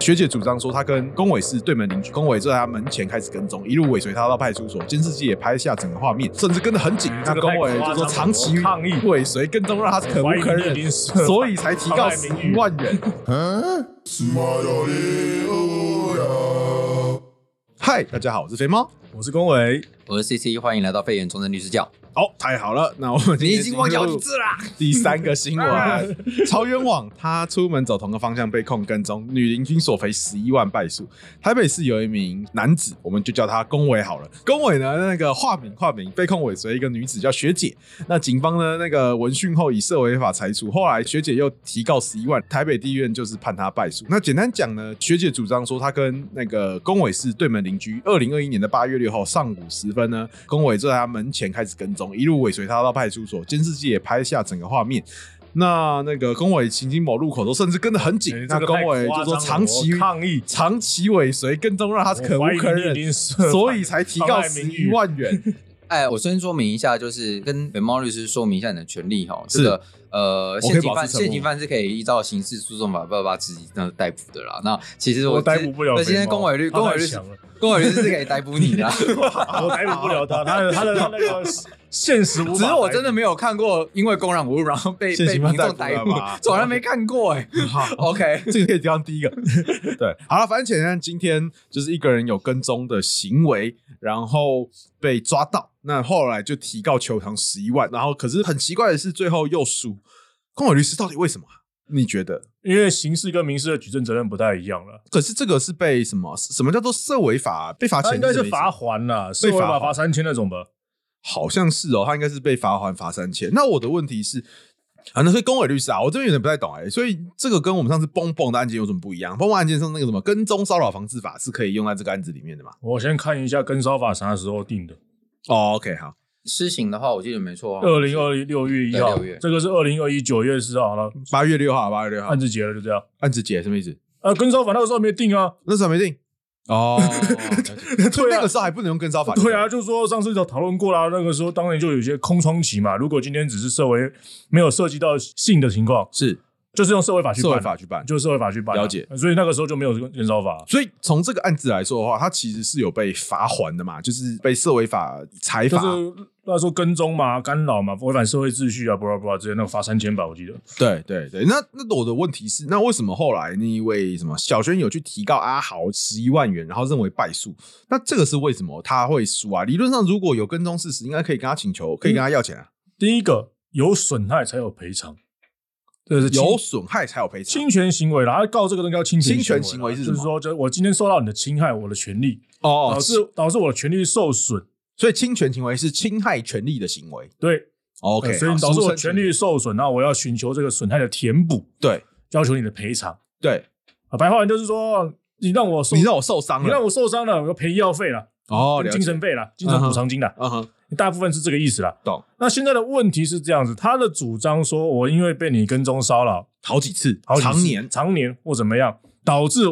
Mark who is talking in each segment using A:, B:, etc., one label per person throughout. A: 学姐主张说，她跟龚伟是对门邻居，龚伟就在她门前开始跟踪，一路尾随她到派出所，监视器也拍下整个画面，甚至跟得很紧。那
B: 这个
A: 龚
B: 太
A: 伟
B: 夸
A: 就说
B: 张了
A: 长期
B: 我抗议
A: 尾随跟踪，让她可无可
B: 怀疑你已
A: 忍，
B: 经 涉
A: 所以才提告十万元。嗨，大家好，我是肥猫。
B: 我是龚维，
C: 我是 CC，欢迎来到肺炎重症律师教。
A: 好，太好了，那我们今天进入
C: 啦！
A: 第三个新闻，曹元网他出门走同个方向被控跟踪，女邻居索赔十一万败诉。台北市有一名男子，我们就叫他龚伟好了。龚伟呢，那个化名化名被控尾随一个女子叫学姐。那警方呢，那个闻讯后以涉违法裁处，后来学姐又提告十一万，台北地院就是判他败诉。那简单讲呢，学姐主张说她跟那个龚伟是对门邻居。二零二一年的八月六号上午时分呢，龚伟就在他门前开始跟踪，一路尾随他到派出所，监视器也拍下整个画面。那那个龚伟行经某路口的时候，甚至跟得很紧。
B: 哎
A: 那
B: 这个
A: 龚
B: 太
A: 伟就
B: 夸
A: 说
B: 张了
A: 长期
B: 我抗议
A: 长期尾随跟踪，让他可无
B: 我怀疑
A: 可
B: 你已
A: 忍，
B: 经 涉犯
A: 所以才提
B: 妨
A: 告
B: 碍
A: 十
B: 名
A: 一
B: 誉
A: 万 元。
C: 哎，我先说明一下，就是跟本猫律师说明一下你的权利哈。
A: 是
C: 这个呃，
A: 我可以
C: 现行
A: 保
C: 犯
A: 持沉默
C: 现行犯是可以依照刑事诉讼法八八之一那逮捕的啦。那其实我
B: 我逮捕不了肥猫。
C: 那今天公委律
B: 他
C: 公委
B: 太
C: 律
B: 强了
C: 公委律师是可以逮捕你的啊。
B: 我逮捕不了他，他的他的他的那个现实无法。
C: 只是我真的没有看过，因为公然侮辱然后被
A: 现
C: 被
A: 行犯
C: 民众
A: 逮
C: 逮
A: 捕
C: 捕
A: 了吧，
C: 从来没看过哎。OK，
A: 这个可以当第一个。对，好了，反正简单，今天就是一个人有跟踪的行为，然后被抓到，那后来就提告求偿十一万，然后可是很奇怪的是，最后又输。公委律师到底为什么啊？你觉得？
B: 因为刑事跟民事的举证责任不太一样了，
A: 可是这个是被什么？什么叫做涉违法啊？被罚钱
B: 他应该
A: 什
B: 是
A: 么意思
B: 罚，还啦，是违
A: 罚
B: 法
A: 还
B: 罚三千那种吧？
A: 好像是哦，他应该是被罚还罚三千。那我的问题是。啊，那所以公委律师啊，我这边有点不太懂哎、所以这个跟我们上次蹦蹦的案件有什么不一样？蹦蹦案件上那个什么跟踪骚扰防治法是可以用在这个案子里面的嘛？
B: 我先看一下跟骚法啥时候定的，
A: 哦，OK，好，
C: 施行的话，我记得没错哦。
B: 二零二一六月一号
C: 对六月，
B: 这个是二零二一九月四号，好了，
A: 八月六号，八月六号
B: 案，子结了就这样。
A: 案子解什么意思？
B: 呃，跟骚法那个时候没定啊，
A: 那时候还没定 哦，
B: 对啊
A: 那个时候还不能用跟骚法，
B: 对啊，，就说上次有讨论过啦，那个时候当然就有一些空窗期嘛。如果今天只是涉为没有涉及到性的情况，
A: 是
B: 就是用社会法去
A: 社会
B: 办，啊
A: 法去办。
B: 就社会法去办啊。
A: 了解
B: 所以那个时候就没有跟跟骚法，
A: 所以从这个案子来说的话，它其实是有被罚还的嘛，就是被社违法裁
B: 就
A: 罚，
B: 是那时候跟踪嘛、干扰嘛、违反社会秩序啊，不啦不啦，之类那个罚三千吧，我记得。
A: 对对对。那那我的问题是，那为什么后来那一位什么小轩有去提告阿豪十一万元，然后认为败诉？那这个是为什么他会输啊？理论上如果有跟踪事实，应该可以跟他请求，可以跟他要钱啊，
B: 第一个有损害才有赔偿，这是侵
A: 有损害才有赔偿
B: 侵权行为啦。他告这个东西叫侵
A: 侵权
B: 权
A: 行为
B: 啦
A: 是什
B: 就
A: 么
B: 是说，就我今天受到你的侵害，我的权利
A: 哦
B: 导致导致我的权利受损，
A: 所以侵权行为是侵害权利的行为。
B: 对，
A: OK，
B: 呃所以
A: 好
B: 导致
A: 俗
B: 我
A: 称
B: 权利受损，那我要寻求这个损害的填补，
A: 对
B: 要求你的赔偿。
A: 对，
B: 啊，白话文就是说，你让我受，
A: 你让我受伤
B: 你让
A: 了，
B: 我受伤了，我要赔医药费了，
A: 哦，
B: 跟
A: 了解
B: 精神费了，精神补偿金了，
A: 嗯哼，
B: 大部分是这个意思啦。
A: 懂，
B: 那现在的问题是这样子，他的主张说我因为被你跟踪骚扰，
A: 好几次，
B: 好几次
A: 常年，
B: 常年或怎么样，导致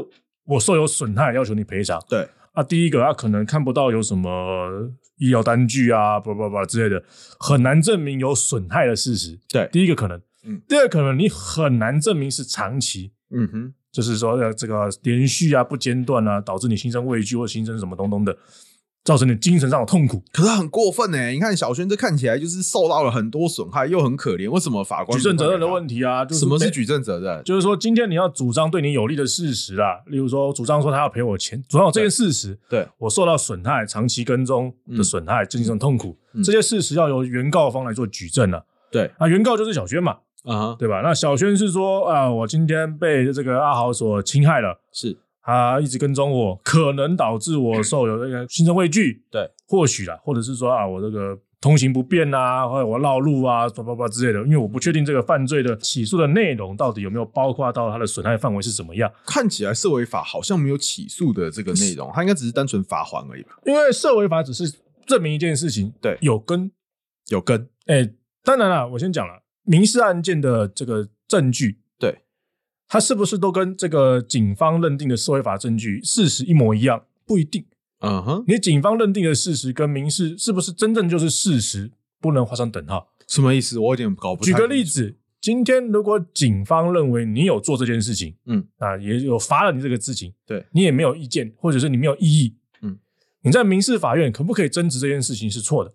B: 我受有损害，要求你赔偿。
A: 对，
B: 啊，第一个他可能看不到有什么医疗单据啊，不不不之类的，很难证明有损害的事实。
A: 对
B: 第一个可能，
A: 嗯
B: 第二个可能你很难证明是长期，
A: 嗯哼，
B: 就是说呃这个连续啊不间断啊，导致你心生畏惧或心生什么东东的，造成你精神上的痛苦。
A: 可是很过分欸呢。你看小轩这看起来就是受到了很多损害，又很可怜，为什么法官
B: 举证责任的
A: 题？
B: 问题啊，就是
A: 什么是
B: 被
A: 举证责任？
B: 就是说，今天你要主张对你有利的事实啊，例如说主张说他要赔我钱，主张有这件事实，
A: 对
B: 我受到损害、长期跟踪的损害、精神痛苦，
A: 嗯
B: 这些事实要由原告方来做举证啊。
A: 对，
B: 啊，原告就是小轩嘛，
A: 啊，
B: 对吧？那小轩是说啊、我今天被这个阿豪所侵害了，
A: 是
B: 他一直跟踪我，可能导致我受有这个心生畏
A: 嗯
B: 惧，
A: 对，
B: 或许啦，或者是说啊，我这个。通行不便啊，或者我绕路啊，叭叭叭之类的，因为我不确定这个犯罪的起诉的内容到底有没有包括到他的损害范围是怎么样。
A: 看起来社违法好像没有起诉的这个内容，他应该只是单纯罚还而已吧？
B: 因为涉违法只是证明一件事情，
A: 对
B: 有跟，
A: 有跟，
B: 哎、当然了，我先讲了，民事案件的这个证据，
A: 对，
B: 它是不是都跟这个警方认定的涉违法证据事实一模一样？不一定，
A: 嗯哼，
B: 你警方认定的事实跟民事是不是真正就是事实，不能画上等号。
A: 什么意思？我有点搞不太
B: 举
A: 清楚。
B: 个例子，今天如果警方认为你有做这件事情，
A: 嗯，
B: 啊，也有罚了你这个事情，
A: 对
B: 你也没有意见，或者是你没有异议，
A: 嗯，
B: 你在民事法院可不可以争执这件事情是错的？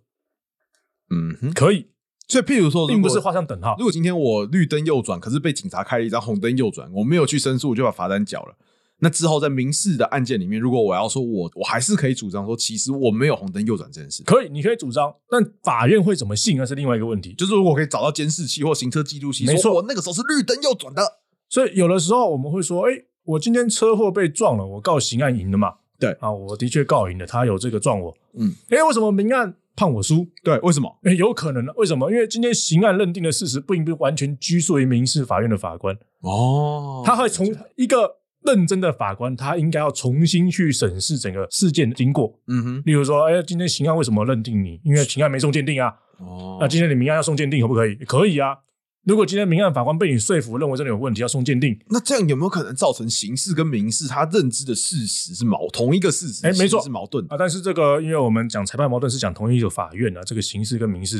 A: 嗯哼，
B: 可以，
A: 所以譬如说，
B: 并不是画上等号
A: 如。果今天我绿灯右转，可是被警察开了一张红灯右转，我没有去申诉，我就把罚单缴了。那之后在民事的案件里面，如果我要说我，我还是可以主张说，其实我没有红灯右转这件事。
B: 可以，你可以主张，但法院会怎么信那是另外一个问题。
A: 就是如果可以找到监视器或行车记录器，
B: 没错
A: 说我哦那个时候是绿灯右转的。
B: 所以有的时候我们会说，哎、我今天车祸被撞了，我告刑案赢了嘛？
A: 对
B: 啊，我的确告赢了，他有这个撞我，
A: 嗯，
B: 哎、为什么明案判我输？
A: 对，为什么？
B: 哎、有可能啊，为什么？因为今天刑案认定的事实并不完全拘束于民事法院的法官，
A: 哦
B: 他会从一个认真的法官，他应该要重新去审视整个事件的经过。
A: 嗯哼，
B: 例如说，哎、今天刑案为什么认定你？因为刑案没送鉴定啊。
A: 哦
B: 那今天你明案要送鉴定，可不可以？可以啊。如果今天明案法官被你说服，认为真的有问题，要送鉴定，
A: 那这样有没有可能造成刑事跟民事他认知的事实是矛同一个事实？
B: 哎没
A: 其
B: 错
A: 实是矛盾的，
B: 啊，但是这个，因为我们讲裁判矛盾是讲同一个法院啊，这个刑事跟民事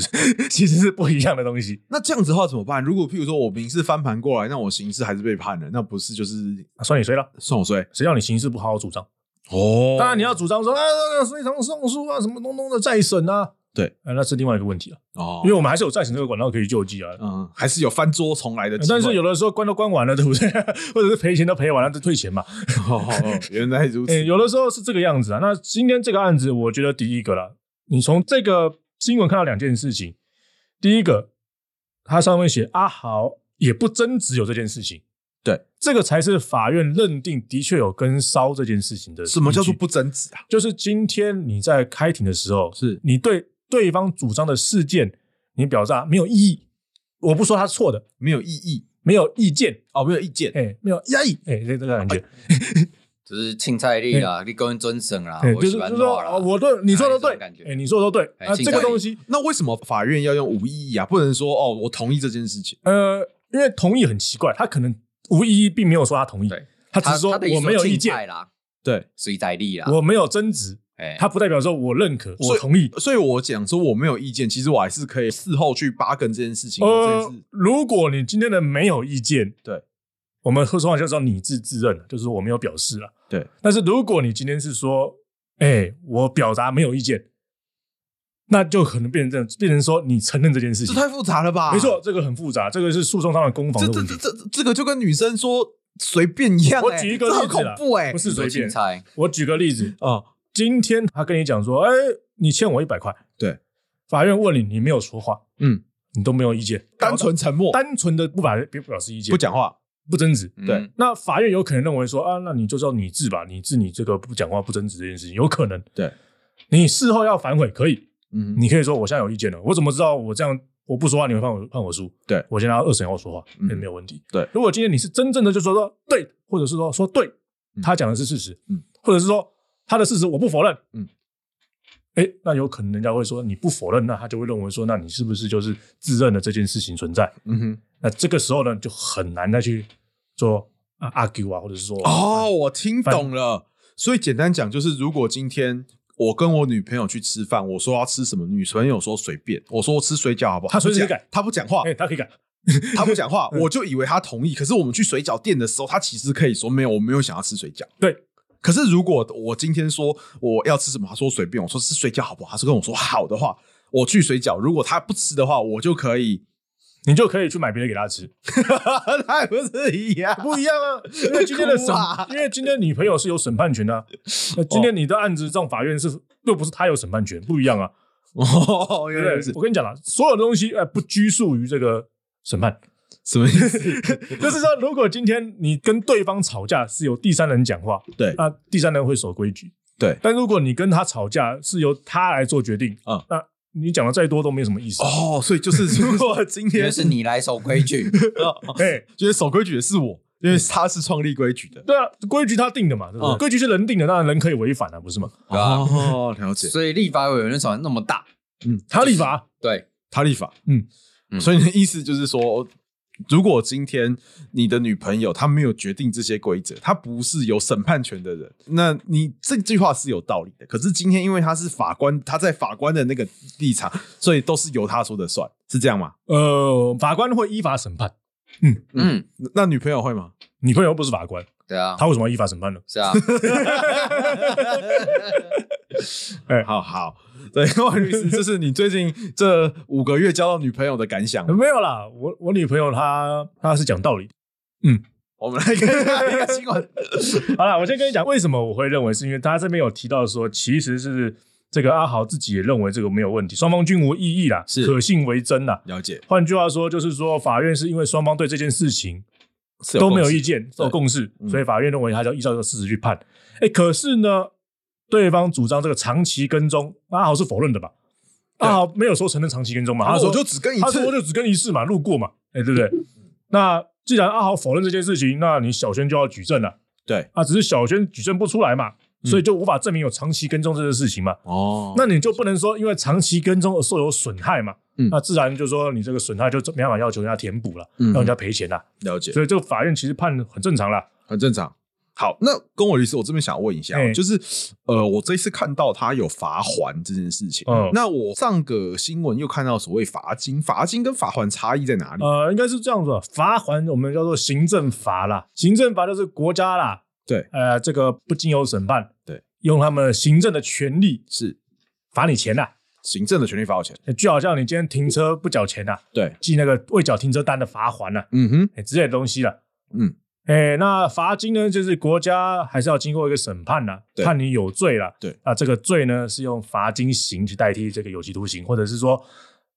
B: 其实是 不一样的东西，
A: 那这样子的话怎么办？如果譬如说我民事翻盘过来，那我刑事还是被判了，那不是就是
B: 啊、算你谁了？
A: 算我衰？
B: 谁让你刑事不好好主张？
A: 哦
B: 当然你要主张说啊，那个非常上诉啊，什么东东的再审啊，
A: 对
B: 啊，那是另外一个问题了，
A: 哦，
B: 因为我们还是有再审这个管道可以救济啊。
A: 嗯，还是有翻桌重来的机会，
B: 呃但 是有的时候关都关完了，对不对？ 或者是赔钱都赔完了，就退钱嘛。
A: 哦哦哦原来如此，
B: 诶，有的时候是这个样子啊。那今天这个案子，我觉得第一个啦，你从这个新闻看到两件事情。第一个，它上面写阿豪也不争执有这件事情，
A: 对，
B: 这个才是法院认定的确有跟烧这件事情的依据。
A: 什么叫做不争执啊？
B: 就是今天你在开庭的时候，
A: 是
B: 你对对方主张的事件，你表达没有异议，我不说他错的，
A: 没有异议
B: 没有意见，
A: 哦，没有意见，
B: 哎、没有压抑，哎、这这个感觉。
C: 就是青菜力啦，啊你个人尊神啦，
B: 对，
C: 我
B: 就是
C: 喜欢
B: 就是
C: 辣
B: 说，
C: 啦，
B: 哦我对你说的对
C: 哪里这种感，觉
B: 哎，你说的都对，
C: 哎
B: 啊，
C: 请
B: 这个
C: 在
B: 东西，
A: 那为什么法院要用无异议啊？不能说哦，我同意这件事情。
B: 呃，因为同意很奇怪，他可能无意义，并没有说他同意
C: 对，
B: 他只是说
C: 他的意思
B: 我没有意
C: 说青菜
B: 见，
C: 啦，
A: 对，
C: 水在力啦，
B: 我没有争执，
C: 哎，
B: 他不代表说我认可，
A: 所
B: 我
A: 以
B: 同意。
A: 所以我讲说我没有意见，其实我还是可以事后去扒梗这件事情。这
B: 呃
A: 件事，
B: 如果你今天的没有意见，
A: 对，
B: 我们说实话就知道你自自认了，就是说我没有表示了。
A: 对，
B: 但是如果你今天是说，哎，我表达没有意见，那就可能变成这样，变成说你承认这件事
A: 这
B: 情。
A: 太复杂了吧？
B: 没错，，这个很复杂，这个是诉讼上的攻防
A: 这
B: 的
A: 这
B: 问题
A: 这。这这个就跟女生说随便一样、欸。
B: 我举一个
A: 这
B: 例
A: 很
B: 子
A: 恐
B: 啦，
A: 怖哎、欸。
B: 不是随
C: 你说
B: 便
C: 青。菜，
B: 我举个例子，
A: 哦，
B: 今天他跟你讲说，哎，你欠我一百块，
A: 对，
B: 法院问你，你没有说话，
A: 嗯，
B: 你都没有意见，
A: 单纯沉默，
B: 单纯的不表不表示意见，
A: 不讲话。
B: 不争执。
C: 嗯
A: 对，
B: 那法院有可能认为说啊，那你就叫你治吧，你治你这个不讲话不争执这件事情，有可能。
A: 对，
B: 你事后要反悔可以，
A: 嗯
B: 你可以说我现在有意见了，我怎么知道我这样我不说话你会判我判我输？
A: 对
B: 我现在要二审要说话，
A: 嗯
B: 那、没有问题。
A: 对
B: 如果今天你是真正的就说说对，或者是说说对
A: 嗯，
B: 他讲的是事实，
A: 嗯，
B: 或者是说他的事实我不否认，
A: 嗯，
B: 哎、那有可能人家会说你不否认，那他就会认为说，那你是不是就是自认了这件事情存在？
A: 嗯哼。
B: 那这个时候呢，就很难再去做啊 argue 啊，或者是说
A: 哦，，我听懂了。所以简单讲，就是如果今天我跟我女朋友去吃饭，我说要吃什么，女朋友说随便，我说我吃水饺好不好？
B: 她随
A: 不
B: 时
A: 讲
B: 改嗯
A: 她不讲 话
B: 哎、，他可以改，
A: 她不讲话，我就以为她同意。可是我们去水饺店的时候，她其实可以说没有，我没有想要吃水饺。
B: 对。
A: 可是如果我今天说我要吃什么，她说随便，我说吃水饺好不好？她是跟我说好的话，我去水饺。如果她不吃的话，我就可以。
B: 你就可以去买别的给他吃，
A: 她还 不是一样？
B: 不一样啊，因为今天的审
A: 哭啊，哦
B: 因为今天女朋友是有审判权的啊、那今天你的案子上法院是又不是他有审判权，不一样啊，
A: 哦，
B: 对
A: 原
B: 不
A: 来
B: 对
A: 如此，
B: 我跟你讲了，所有的东西呃不拘束于这个 审判，
A: 什么意思？
B: 就是说，如果今天你跟对方吵架是由第三人讲话，
A: 对
B: 那第三人会守规矩，
A: 对
B: 但如果你跟他吵架是由他来做决定，
A: 嗯
B: 那你讲的再多都没什么意思。
A: 哦，所以就是 如果今
C: 因
A: 天
C: 为是你哦来守 规矩，
B: 哎，
A: 就是守规矩的是我，因为
C: 嗯
A: 他是创立规矩的。
B: 对啊，规矩他定的嘛，对不对？
A: 嗯
B: 规矩是人定的，当然人可以违反啊，不是吗？
C: 对吧？
A: 哦，了解。
C: 所以立法委员为什么那么大？
B: 他立法，
C: 对，
A: 他立法，
B: 嗯
C: 嗯
A: 所以你的意思就是说，如果今天你的女朋友她没有决定这些规则，她不是有审判权的人，那你这句话是有道理的。可是今天因为她是法官，她在法官的那个立场，所以都是由她说的算，是这样吗？
B: 呃，法官会依法审判，
C: 嗯，
A: 那那女朋友会吗？
B: 女朋友又不是法官，
C: 对啊，
B: 她为什么要依法审判呢？
C: 是啊，
A: 好好， 对，万律师，这是你最近这五个月交到女朋友的感想吗。
B: 没有啦，我我女朋友她她是讲道理的。
A: 我们来看一个新 闻，
B: 好了，我先跟你讲为什么我会认为是因为他这边有提到说，其实是这个阿豪自己也认为这个没有问题，双方均无异议啦，
A: 是
B: 可信为真啦。
A: 了解
B: 换句话说，就是说法院是因为双方对这件事情
A: 是
B: 都没有
A: 共识
B: 意见、
A: 对
B: 有共识，
A: 嗯
B: 所以法院认为他就要依照这个事实去判。哎、可是呢，对方主张这个长期跟踪，阿豪是否认的吧？
A: 对
B: 阿豪没有说承认长期跟踪嘛？他说
A: 我就只跟一
B: 他
A: 次
B: 说，我就只跟一次嘛，路过嘛，哎、对不对？那既然阿豪否认这件事情，那你小轩就要举证了。
A: 对
B: 啊，只是小轩举证不出来嘛，
A: 嗯
B: 所以就无法证明有长期跟踪这件事情嘛。
A: 哦
B: 那你就不能说因为长期跟踪而受有损害嘛，
A: 嗯
B: 那自然就说你这个损害就没办法要求人家填补了，
A: 嗯
B: 让人家赔钱了。
A: 了解，
B: 所以这个法院其实判很正常啦。
A: 很正常。好，那跟我律师，我这边想问一下哦，
B: 哎
A: 就是呃，我这一次看到他有罚还这件事情，
B: 嗯
A: 那我上个新闻又看到所谓罚金，罚金跟罚还差异在哪里？
B: 呃，应该是这样子吧，罚还我们叫做行政罚啦，行政罚就是国家啦，
A: 对，
B: 呃，这个不经由审判，
A: 对，
B: 用他们行政的权利
A: 是
B: 罚你钱啦，
A: 行政的权利罚我钱，
B: 就好像你今天停车不缴钱啦，
A: 对，
B: 记那个未缴停车单的罚还啦，
A: 嗯哼，
B: 哎之类的东西啦。
A: 嗯，
B: 哎，那罚金呢，就是国家还是要经过一个审判啦，
A: 对
B: 判你有罪啦。
A: 对，
B: 那这个罪呢是用罚金刑去代替这个有期徒刑，或者是说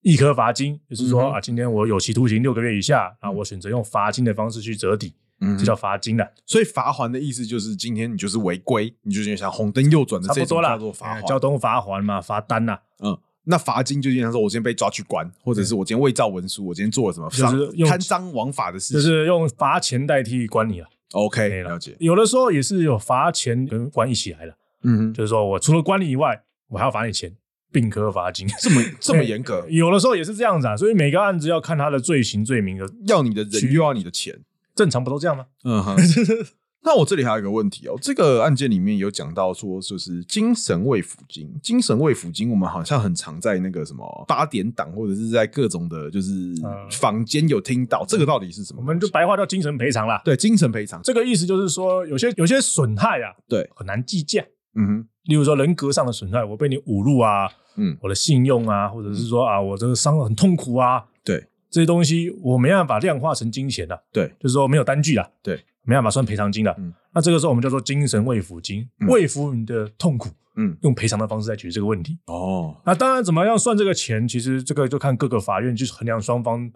B: 一科罚金，就是说、
A: 嗯哼
B: 啊，今天我有期徒刑六个月以下，啊，
A: 嗯
B: 我选择用罚金的方式去折抵，
A: 嗯
B: 这叫罚金啦，
A: 所以罚还的意思就是今天你就是违规，你就是想红灯右转的
B: 差
A: 这
B: 不
A: 种
B: 多啦
A: 叫做，罚
B: 哎
A: 还，
B: 交通罚还嘛，罚单啦，
A: 嗯。那罚金就经常说，我今天被抓去关，或者是我今天伪造文书，我今天做了什么
B: 就是
A: 伤
B: 用
A: 贪赃枉法的事情。
B: 就是用罚钱代替关你啊。可以
A: OK，
B: 了
A: 哎了解。
B: 有的时候也是有罚钱跟关一起来的，
A: 嗯哼，
B: 就是说我除了关你以外，我还要罚你钱，并科罚金。
A: 这么这么严格，
B: 有的时候也是这样子啊，所以每个案子要看他的罪行罪名的，
A: 要你的人
B: 去
A: 又要你的钱，
B: 正常不都这样吗？
A: 嗯哼， 那我这里还有一个问题哦，这个案件里面有讲到说，就是精神慰抚金，精神慰抚金，我们好像很常在那个什么八点档，或者是在各种的，就是
B: 嗯
A: 坊间有听到，这个到底是什么
B: 我
A: 东西？
B: 们就白话叫精神赔偿啦。
A: 对精神赔偿，
B: 这个意思就是说，有些有些损害啊，
A: 对，
B: 很难计价。
A: 嗯哼，
B: 例如说人格上的损害，我被你侮辱啊，
A: 嗯，
B: 我的信用啊，或者是说啊，我这个伤得很痛苦啊，
A: 对
B: 这些东西我没办法量化成金钱的、啊
A: 对，
B: 就是说没有单据啊，
A: 对，
B: 没办法算赔偿金的、啊
A: 嗯
B: 那这个时候我们叫做精神慰抚金
A: 嗯，
B: 慰抚你的痛苦，
A: 嗯，
B: 用赔偿的方式来解决这个问题。
A: 哦，
B: 那当然，怎么样算这个钱，其实这个就看各个法院去衡量双方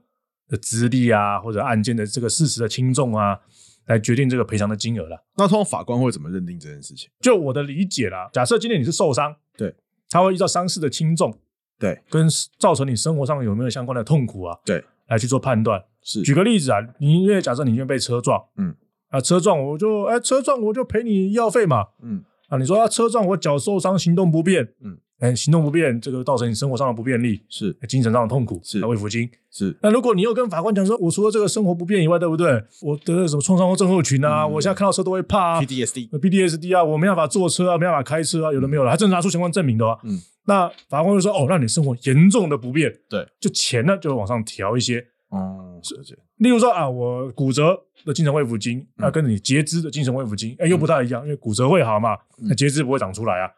B: 的资历啊，或者案件的这个事实的轻重啊，来决定这个赔偿的金额了。
A: 那通常法官会怎么认定这件事情？
B: 就我的理解啦，假设今天你是受伤，
A: 对，
B: 他会依照伤势的轻重
A: 对，
B: 跟造成你生活上有没有相关的痛苦啊，
A: 对，
B: 来去做判断。
A: 是
B: 举个例子啊，你因为假设你因为被车撞，
A: 嗯，
B: 啊，车撞我就哎、车撞我就赔你医药费嘛，
A: 嗯，
B: 啊，你说啊车撞我脚受伤，行动不便，
A: 嗯，
B: 哎、行动不便，这个造成你生活上的不便利，
A: 是
B: 精神上的痛苦，
A: 是
B: 啊慰抚金。
A: 是，
B: 那如果你又跟法官讲说，我除了这个生活不便以外，对不对？我得了什么创伤后症候群啊？
A: 嗯
B: 我现在看到车都会怕啊
A: PDSD，
B: ，PDSD 啊，我没办法坐车啊，没办法开车啊，有的没有了，他真的拿出相关证明的、啊。
A: 嗯，
B: 那法官会说，哦，让你生活严重的不便，
A: 对，
B: 就钱呢就往上调一些。
A: 哦，了解，
B: 例如说啊，我骨折的精神慰抚金，那、
A: 嗯
B: 跟你截肢的精神慰抚金，哎、又不太一样，因为骨折会好嘛，那、截肢不会长出来啊。
A: 嗯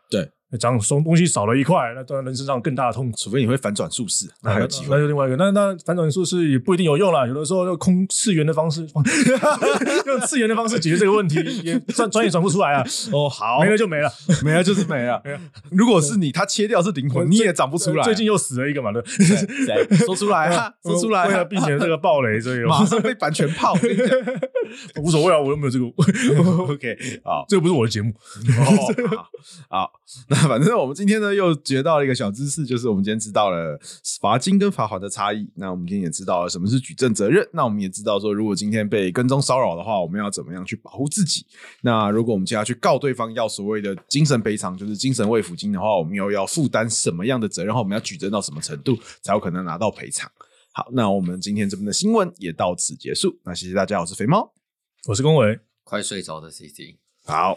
A: 对，
B: 长松东西少了一块，那当然人身上更大的痛苦。
A: 除非你会反转术式，那
B: 那
A: 还有机
B: 那
A: 会。
B: 就另外一个，那那反转术是也不一定有用啦，有的时候用空次元的方式， 用次元的方式解决这个问题，也转转也转不出来啊，
A: 哦，好
B: 没了就没了。
A: 没了就是没了
B: 没了。
A: 如果是你，他切掉是灵魂，你也长不出来。
B: 最近又死了一 个嘛，对，
A: 谁说出来啊？说出来
B: 为了
A: 啊！
B: 避免这个暴雷，所以我
A: 马上被版权 泡。我跟你讲
B: 无所谓啊，我又没有这个，
A: OK，好，
B: 这个不是我的节目。
A: 哦好，好，那反正我们今天呢又学到了一个小知识，就是我们今天知道了罚金跟罚款的差异。那我们今天也知道了什么是举证责任。那我们也知道说，如果今天被跟踪骚扰的话，我们要怎么样去保护自己。那如果我们接下去告对方要所谓的精神赔偿，就是精神慰抚金的话，我们又要负担什么样的责任？然后我们要举证到什么程度才有可能拿到赔偿？好，那我们今天这边的新闻也到此结束。那谢谢大家，我是肥猫。
B: 我是龚维，
C: 快睡着的 C C。
A: 好，